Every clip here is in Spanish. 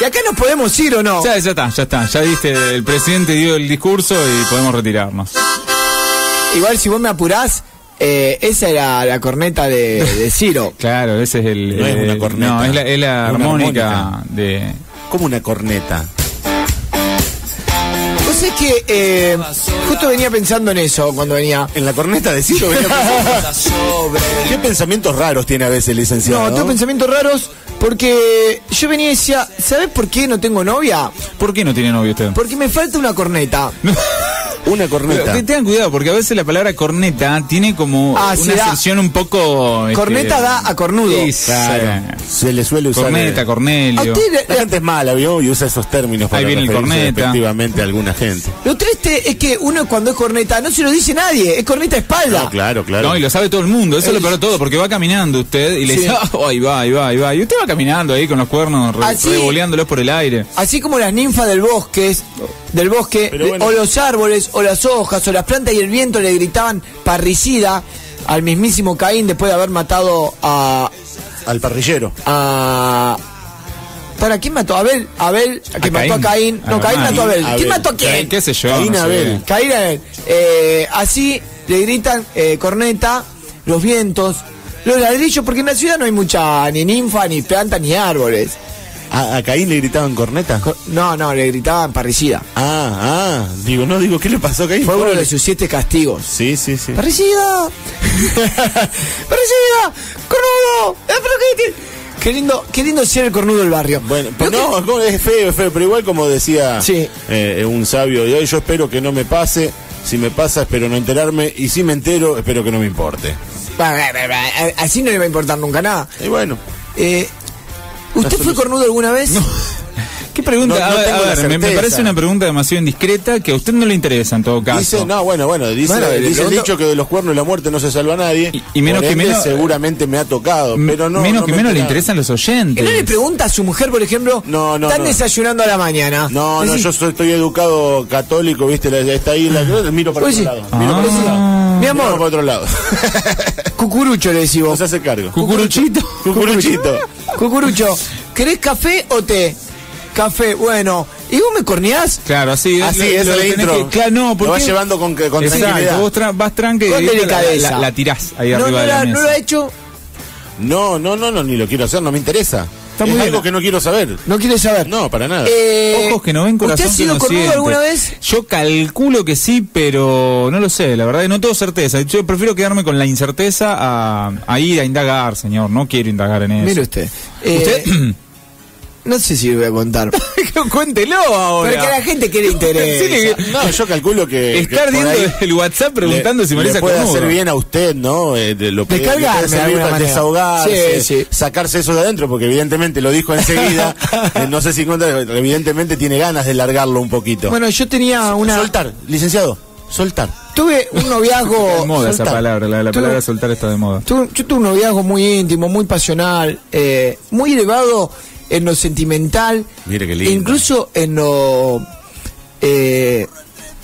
¿Y acá nos podemos ir o no? Ya, ya está, ya está. Ya viste, el presidente dio el discurso y podemos retirarnos. Igual si vos me apurás, eh, esa era la corneta de, de Ciro. Claro, ese es el. No es el- una corneta. No, es la, es la Es una armónica, armónica. de. Como una corneta. Vos sabés que eh, justo venía pensando en eso cuando venía. En la corneta de Ciro venía pensando. ¿Qué pensamientos raros tiene a veces, licenciado? No, tengo pensamientos raros porque yo venía y decía, ¿sabés por qué no tengo novia? ¿Por qué no tiene novio este usted? Porque me falta una corneta. Una Pero corneta. te- tengan cuidado, porque a veces la palabra corneta tiene como Ah, se una da- acepción un poco. este, Corneta da a cornudo. Sí, Claro. sí. Se le suele usar. eh, Corneta, A Cornelio. usted, La gente es mala, ¿vio? Y usa esos términos para Ahí viene el referirse corneta. despectivamente a alguna gente. lo triste es que uno cuando es corneta no se lo dice nadie, es corneta a espalda. No, claro, claro. No, y lo sabe todo el mundo, eso es lo peor de todo, porque va caminando usted y le Eh, Sí. dice, "Ah, ahí va, ahí va, ahí va. Y usted va caminando ahí con los cuernos, re- Así. revoleándolos por el aire. Así como las ninfas del bosque, del bosque Pero de- bueno. o los árboles, o las hojas, o las plantas y el viento le gritaban parricida al mismísimo Caín después de haber matado a. Al parrillero. a ¿Para quién mató? Abel, Abel, que A mató a Caín. Caín. No, A Caín Abel. mató a Abel. Abel. ¿Quién mató a quién? ¿Qué sé yo? Caín no sé. Abel. Caín a él. Eh, así le gritan eh, corneta, los vientos, los ladrillos, porque en la ciudad no hay mucha ni ninfa, ni planta, ni árboles. ¿A, a Caín le gritaban corneta? Co- No, no, le gritaban parricida. Ah, ah. Digo, no, digo, ¿qué le pasó a Caín? Fue uno Pobre. de sus siete castigos. Sí, sí, sí. ¡Parricida! ¡Parricida! ¡Cornudo! ¡Es proquete! Qué lindo, qué lindo ser el cornudo del barrio. Bueno, Lo pero no, es como- es feo, es feo, pero igual como decía Sí. eh, un sabio de hoy, yo espero que no me pase, si me pasa espero no enterarme, y si me entero espero que no me importe. que- Bah, bah, bah, bah, Así no le va a importar nunca nada. Y bueno, Eh, ¿Usted fue cornudo alguna vez? ¿Qué pregunta? No- no a ver, tengo a la ver, me- me, certeza. parece una pregunta demasiado indiscreta que a usted no le interesa en todo caso. dice, no, bueno, bueno, dice, Bueno, le dice el pregunto- dicho que de los cuernos y la muerte no se salva nadie, Y- y menos por que ende, menos- seguramente me ha tocado, M- pero no... menos no que me menos le enteraba. interesan los ¿Que oyentes. no le pregunta a su mujer, por ejemplo? No, no, Están no. desayunando a la mañana. No, no, Decís, yo soy, estoy educado católico, viste, la- está ahí, la, miro para Uy, otro sí. lado. Miro para otro Ah. lado. Mi Miro amor. para otro lado. Cucurucho le decís No vos. se hace cargo. Cucuruchito. Cucuruchito. Cucurucho, ¿querés café o té? Café, bueno. ¿Y vos me corneás? Claro, así, Así, lo- Ah, esa es lo la tenés intro. que- claro, no, Lo porque. vas llevando con- con Exacto, tranquilidad. Vos tra- vas tranque y Con directo la, delicadeza. la- la tirás ahí no, arriba no de la, la, mesa. no la he hecho. No, no, no, no, ni lo quiero hacer, no me interesa. Está es muy bien. algo que no quiero saber. No quiere saber. No, para nada. Eh, Ojos que no ven, corazón ¿Usted ha sido que no cornudo siente. alguna vez? Yo calculo que sí, pero no lo sé, la verdad, no tengo certeza. Yo prefiero quedarme con la incerteza a, a ir a indagar, señor. No quiero indagar en eso. Mire usted. Eh, no sé si lo voy a contar. Cuéntelo ahora. Porque a la gente que le interesa. Sí, le- no, yo calculo Eh, que. Está que por ardiendo ahí el WhatsApp le- preguntando si Marisa le puede cornudo. hacer bien a usted, ¿no? Eh, de- lo puede- le puede Descargarme de servir alguna para manera. desahogarse, Sí, sí. sacarse eso de adentro, porque evidentemente lo dijo enseguida. Eh, no sé si cuenta, evidentemente tiene ganas de largarlo un poquito. Bueno, yo tenía una. Soltar, licenciado, soltar. Tuve un Está noviazgo. de moda esa soltar. palabra, la, la Tú- palabra soltar está de moda. Tuve- yo tuve un noviazgo muy íntimo, muy pasional, eh, muy elevado en lo sentimental. Mire qué lindo. Incluso en lo. eh,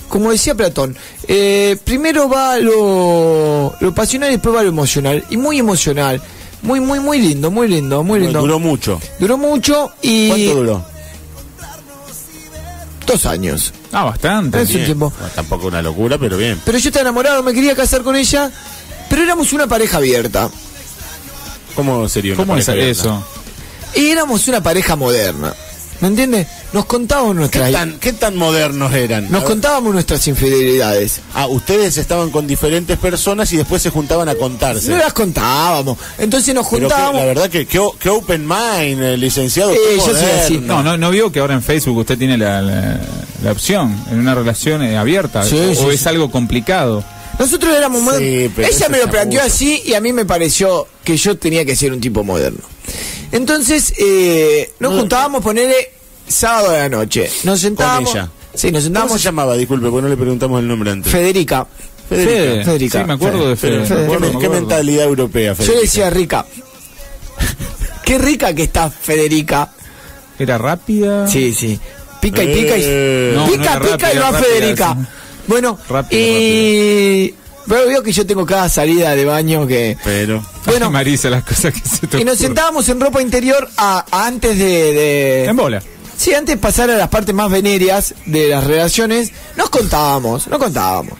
como decía Platón, eh, primero va lo, lo pasional y después va lo emocional. Y muy emocional. Muy, muy, muy lindo, muy lindo, muy lindo. Duró mucho. Duró mucho y. ¿Cuánto duró? Dos años. Ah, bastante. Es un Bien. tiempo. No, tampoco una locura, pero bien. Pero yo estaba enamorado, me quería casar con ella. Pero éramos una pareja abierta. ¿Cómo sería una ¿Cómo es pareja abierta? eso? Y éramos una pareja moderna. ¿Me entiendes? Nos contábamos ¿Qué nuestras tan, qué tan modernos eran? nos A ver. contábamos nuestras infidelidades. Ah, ustedes estaban con diferentes personas y después se juntaban a contarse. No las contábamos. Entonces nos Pero que- la juntábamos. verdad que que o- que open mind, eh, licenciado. Eh, qué yo soy moderno. así. No, no, no vio que ahora en Facebook usted tiene la, la- la opción en una relación eh, abierta Sí, o sí, es algo complicado. Nosotros éramos modernos. pero Ella eso me lo es planteó abuso. así y a mí me pareció que yo tenía que ser un tipo moderno. Entonces, eh, nos juntábamos, ponele, sábado de la noche. Nos sentábamos. ella. Sí, nos ¿Cómo se sentábamos. llamaba? Disculpe, porque no le preguntamos el nombre antes. Federica. Fede, Federica. Sí, me acuerdo de Pero, Fede. ¿qué me acuerdo, men- me ¿Qué acuerdo. mentalidad europea, Yo Federica? le decía rica. Qué rica que está Federica. ¿Era rápida? Sí, sí. Pica y pica y. Eh. No, pica, no era pica y rápida, va rápida, Federica. sí. Bueno, Rápida, y. Pero veo que yo tengo cada salida de baño que... Pero. Bueno. Ay, Marisa, las cosas que se te Y nos ocurren. sentábamos en ropa interior a, a antes de, de- En bola. Sí, antes de pasar a las partes más venéreas de las relaciones, nos contábamos, nos contábamos.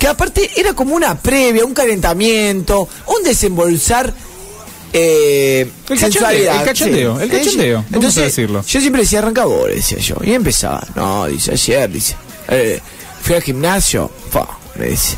Que aparte era como una previa, un calentamiento, un desembolsar eh, El sensualidad, cachondeo, sí. el cachondeo, el cachondeo, vamos a Entonces, decirlo. Yo siempre decía, arranca vos, decía yo. Y empezaba, no, dice, ayer, dice, eh, fui al gimnasio, fa, me dice.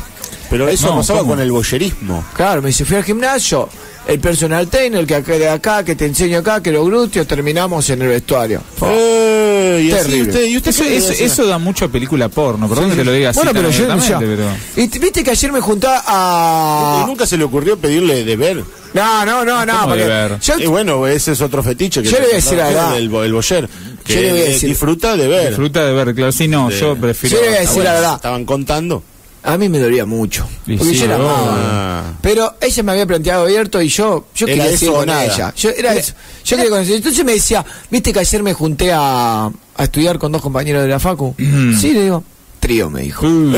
Pero eso No, pasaba ¿cómo? con el boyerismo. Claro, me dice, fui al gimnasio, el personal trainer que acá, de acá, que te enseño acá, que los glúteos, terminamos en el vestuario. Oh, Eh, y así Oh. Terrible. usted, ¿y usted Eso, qué eso, hacía? eso da mucho a película porno, perdón que te lo diga así. bueno, tan pero yo abiertamente, pero- Y t- viste que ayer me juntaba ¿Y a... nunca se le ocurrió pedirle de ver? No, no, no, no, ¿Cómo de porque ver? Eh, yo, Y bueno, ese es otro fetiche que Yo le voy a no, decir no, la era verdad. del bo- el boyer. Que Yo le voy a eh, decir- disfruta de ver. Disfruta de ver, claro. Sí, no, yo prefiero. Yo le voy a Ah, decir bueno, la verdad. Estaban contando. a mí me dolía mucho. Y Porque sí, yo era no. amaba. Ah. Pero ella me había planteado abierto y yo, yo Era quería eso seguir o con nada. ella. Yo era eso. Yo quería con ella. Entonces me decía, viste que ayer me junté a, a estudiar con dos compañeros de la Facu. Sí, le digo, trío, me dijo. Uh,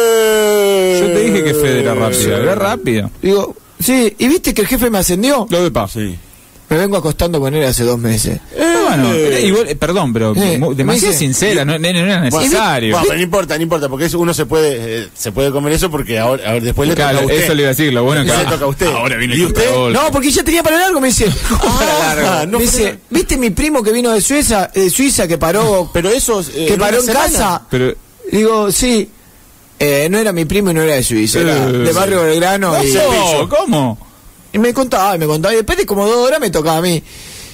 Eh. Yo te dije que Fede era rápido, ¿eh? era rápido. Digo, sí, y viste que el jefe me ascendió. Lo de pa. Sí. Me vengo acostando con él hace dos meses. Ah, bueno, era igual, eh, perdón, pero Eh, mu- demasiado dice- sincera, no, no- no era necesario. Bueno, pero no importa, no importa, porque eso uno se puede eh, se puede comer eso porque ahora, ahora después le Claro, toca a usted. eso le iba a decir, lo bueno que Le toca a usted. Ahora viene ¿Y el usted? control. No, porque ya tenía para largo, me dice. para largo? Ah, No, me dice, pero- ¿viste mi primo que vino de Suiza, de Suiza que paró, Pero eso eh, que en paró en una semana. casa? Pero Digo, sí. Eh, no era mi primo y no era de Suiza, era Eh, de sí. Barrio Belgrano. No, y, ¿Cómo? y me contaba, y me contaba. Y después de como dos horas me tocaba a mí.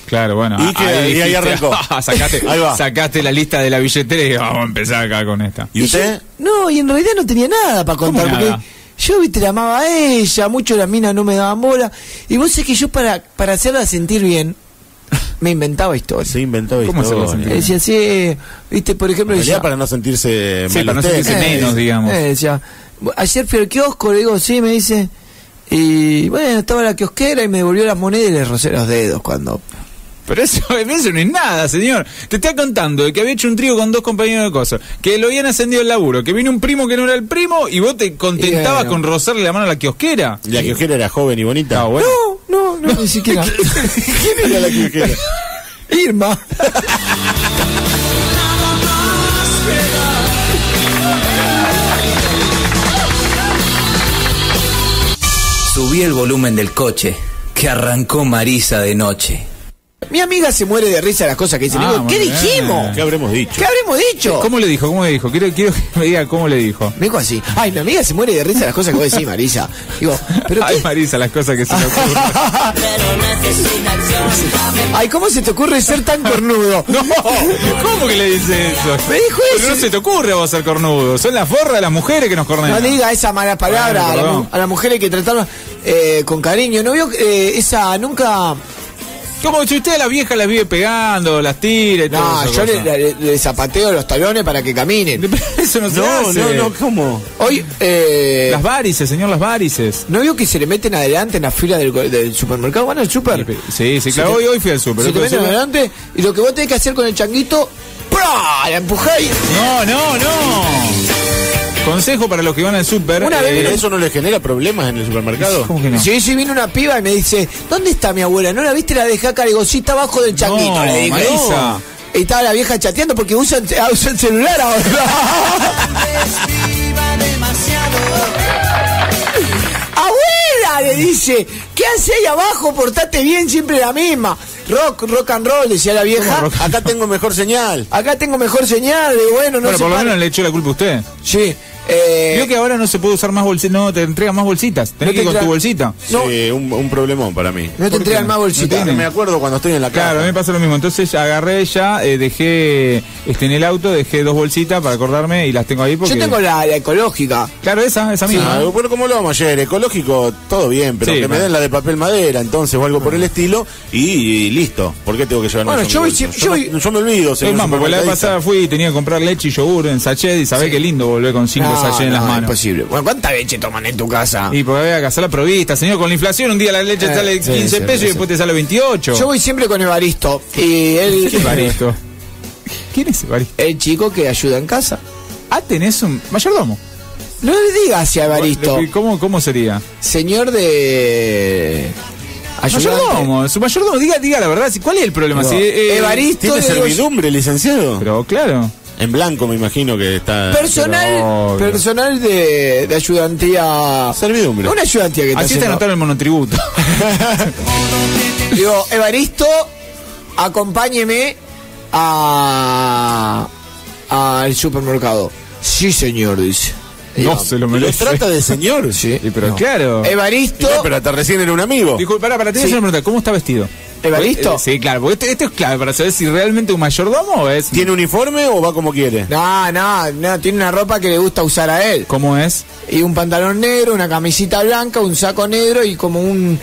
Claro, bueno. Y que- y ahí arrancó. "Ah, sacaste, Ahí va. sacaste la lista de la billetera y dije, vamos a empezar acá con esta. ¿Y usted? yo- no, y en realidad no tenía nada para contar. ¿Cómo Porque nada? yo, viste, la amaba a ella, mucho las minas no me daban bola. Y vos sé que yo para, para hacerla sentir bien, me inventaba historias. Se inventó ¿Cómo se lo historia. Le decía, sí, viste, por ejemplo, En realidad decía, para no sentirse Sí, mal para no usted. sentirse Eh, menos, digamos. Eh, decía, "Bu- ayer fui al kiosco, le digo, sí, me dice. Y bueno, estaba la kiosquera y me devolvió las monedas y le rocé los dedos cuando. Pero eso, eso no es nada, señor. Te está contando de que había hecho un trío con dos compañeros de cosas, que lo habían ascendido al laburo, que vino un primo que no era el primo y vos te contentabas Y bueno. con rozarle la mano a la kiosquera. La quiojera era joven y bonita. Ah, bueno. No, no, no, ni siquiera. ¿Quién era la quiojera? Irma. Subí el volumen del coche, que arrancó Marisa de noche. Mi amiga se muere de risa de las cosas que dice. Le Ah, digo, muy ¿qué bien. dijimos? ¿Qué habremos dicho? ¿Qué habremos dicho? ¿Cómo le dijo? ¿Cómo le dijo? Quiero, quiero que me diga cómo le dijo. Me dijo así. Ay, mi amiga se muere de risa de las cosas que vos decís, Marisa. Digo, ¿pero Ay, qué? Marisa, las cosas que se le ocurren. Ay, ¿cómo se te ocurre ser tan cornudo? No, ¿cómo que le dice eso? Me dijo Pero eso. no se te ocurre a vos ser cornudo. Son las forras de las mujeres que nos No cornean. diga esa mala palabra Bueno, a, la perdón. mu- a las mujeres que trataron eh, con cariño. ¿No vio eh, esa nunca? Como si usted a la vieja las vive pegando, las tira y todo No, eso, yo le, cosa. le- le zapateo los talones para que caminen. Eso no se No, hace. no, no, ¿cómo? Hoy, eh, Las varices, señor, las varices. ¿no vio que se le meten adelante en la fila del, go- del supermercado? Bueno, el super. Sí, Se sí, claro. te- Hoy, hoy fui al súper. se hoy te fui al meten súper. adelante y lo que vos tenés que hacer con el changuito, ¡pra! La empujáis. No, no, no. Consejo para los que van al súper. Una vez eh, ¿Pero ¿Eso no le genera problemas en el supermercado? ¿Cómo que no? Sí, sí, viene una piba y me dice, ¿dónde está mi abuela? ¿No la viste la dejá acá? Le digo, sí, está abajo del changuito. No, le dije. Marisa. Y estaba la vieja chateando porque usa el, ah, usa el celular ahora. ¡Abuela! Le dice, ¿qué hace ahí abajo? Portate bien, siempre la misma. Rock, rock and roll, decía la vieja. Acá tengo mejor señal. Acá tengo mejor señal, le digo, bueno, no bueno, se por lo pare. menos le echó la culpa a usted. Sí. eh, Vio que ahora no se puede usar más bolsitas. No, te entregan más bolsitas. Tenés No te que ir con entregan- tu bolsita. No. Sí, un, un problemón para mí. no te ¿por qué? entregan más bolsita. No No me acuerdo cuando estoy en la Claro, a mí casa. me pasa lo mismo. Entonces agarré ya, eh, dejé este, en el auto, dejé dos bolsitas para acordarme y las tengo ahí porque... Yo tengo la, la ecológica. Claro, esa, esa misma. Ah, bueno, como lo vamos ayer, ecológico, todo bien, pero Sí, que me bueno. den la de papel madera, entonces o algo por el estilo, y, y listo. ¿Por qué tengo que llevar Bueno, más yo un voy bolso? si- yo, yo me- yo me olvido, Es señor más, porque la vez supermercadista. pasada fui y tenía que comprar leche y yogur en sachet y sabés qué lindo volver con cinco No, sachets en no, las manos. Imposible. Bueno, ¿cuánta leche toman en tu casa? Y porque había que hacer la provista, señor, con la inflación un día la leche Eh, sale sí, 15 sí, pesos sí, y después te sale 28. Yo voy siempre con Evaristo. Y él. ¿Qué Evaristo? ¿Quién es Evaristo? El chico que ayuda en casa. Ah, tenés un mayordomo. No le digas así a Evaristo. ¿Cómo, ¿Cómo sería? Señor de. Mayordomo, su mayordomo, diga, diga la verdad, si- ¿cuál es el problema? No. Si, eh, Evaristo ¿Tiene de los- servidumbre, licenciado? Pero claro. En blanco me imagino que está... Pero Personal, obvio. personal de, de ayudantía. Servidumbre. Una ayudantía que te Así hacen, está ¿no? anotado en el monotributo. Digo, Evaristo, acompáñeme a al supermercado. Sí, señor, dice. no Digo, se lo ¿Lo merece. trata de señor? Sí. Y pero No. claro. Evaristo, No, pero hasta recién era un amigo. Disculpa, pará, pará, te voy a hacer Sí. una pregunta. ¿Cómo está vestido? ¿Evaristo? Eh, Sí, claro, porque esto, esto es clave para saber si realmente un mayordomo o es. ¿Tiene uniforme o va como quiere? no, no, no, tiene una ropa que le gusta usar a él. ¿Cómo es? Y un pantalón negro, una camisita blanca, un saco negro y como un,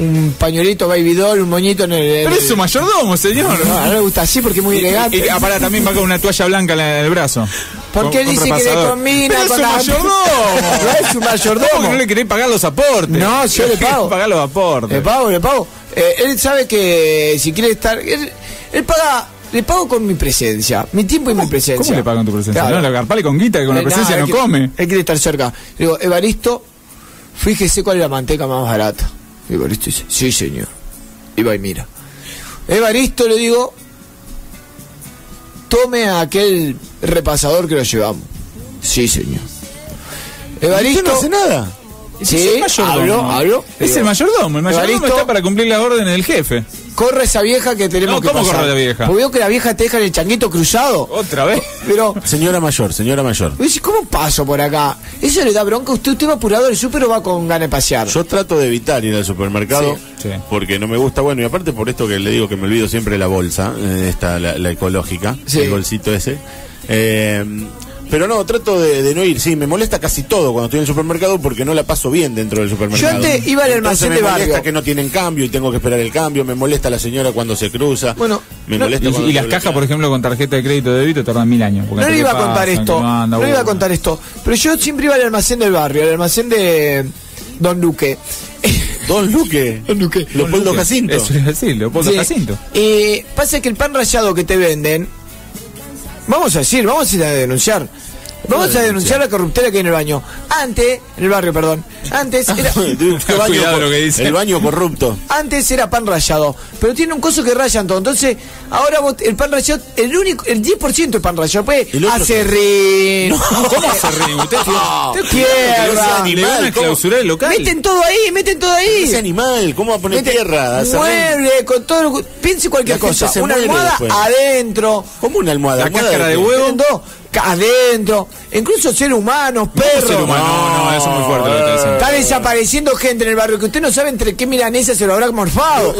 un pañuelito baby doll, un moñito en el. en Pero el- es su mayordomo, señor. Eh, No, no le gusta así porque es muy elegante. Y, y- ah, pará, también va con una toalla blanca en la- en el brazo. ¿Por qué Con- con dice que le repasador. combina Pero con la- es su mayordomo! No es su mayordomo. ¿Cómo que no le querés pagar los aportes? No, yo le querés pago. pagar los aportes. Le pago, le pago. Eh, él sabe que si quiere estar. Él, él paga. Le pago con mi presencia. Mi tiempo y mi presencia. ¿Cómo le pagan tu presencia? Claro. No, la garpale con guita que con la Eh, presencia él no quiere- come. Él quiere estar cerca. Le digo, Evaristo, fíjese cuál es la manteca más barata. Y Evaristo dice, sí, señor. Y va y mira. Evaristo le digo, tome a aquel repasador que lo llevamos. Sí, señor. ¿Usted no Evaristo. hace nada? Es el Sí, mayordomo. habló, habló. Es Digo, el mayordomo. El mayordomo Evaristo, está para cumplir las órdenes del jefe. Corre esa vieja que tenemos No, que ¿cómo pasar. corre la vieja? Oh. Porque veo que la vieja te deja en el changuito cruzado. Otra vez. Pero, Señora mayor, señora mayor. vos decís, ¿cómo paso por acá? ¿Eso le da bronca? ¿Usted, usted va apurado al súper o va con ganas de pasear? Yo trato de evitar ir al supermercado Sí, sí. porque no me gusta. Bueno, y aparte por esto que le digo que me olvido siempre la bolsa, eh, esta, la, la ecológica, Sí. el bolsito ese. Eh, pero no, trato de, de no ir. Sí, me molesta casi todo cuando estoy en el supermercado porque no la paso bien dentro del supermercado. Yo antes iba al Entonces almacén me de molesta barrio. que no tienen cambio y tengo que esperar el cambio. Me molesta la señora cuando se cruza. Bueno, me no- molesta Y, cuando y las se cajas, bloquea. por ejemplo, con tarjeta de crédito de débito tardan mil años. porque No le te iba a pasan, contar que esto. manda, No le iba a bueno. contar esto. Pero yo siempre iba al almacén del barrio, al almacén de Don Luque. Don Luque. Don Luque. Los Leopoldo Jacinto. Eso es decir, Leopoldo Sí. Jacinto. Eh, pasa que el pan rallado que te venden, vamos a decir, vamos a ir a denunciar. Vamos a denunciar la corruptela que hay en el baño. Antes, en el barrio, perdón. Antes era, El baño Cuidado cor- lo que dice. El baño corrupto. antes era pan rallado, pero tiene un coso que rayan todo. Entonces, ahora vos- el pan rallado, el único, el 10% es pan rallado, pues, El otro- acerrín. ¿Cómo se Ah, ríe? Usted Tierra. le van a ¿cómo? clausurar el local. Meten todo ahí, meten todo Ese ahí. animal, ¿cómo va a poner Meten tierra? Hacer- mueble, con todo, lo que- piense cualquier La gente cosa. se Una muere almohada después. adentro. ¿Cómo una almohada? La ¿Almohada cáscara de qué? huevo. Tienen todo, ca- adentro, incluso seres humanos, perros. ser humano, no, no, eso es muy fuerte lo que está diciendo. Está desapareciendo gente en el barrio que usted no sabe entre qué milanesa se lo habrá morfado.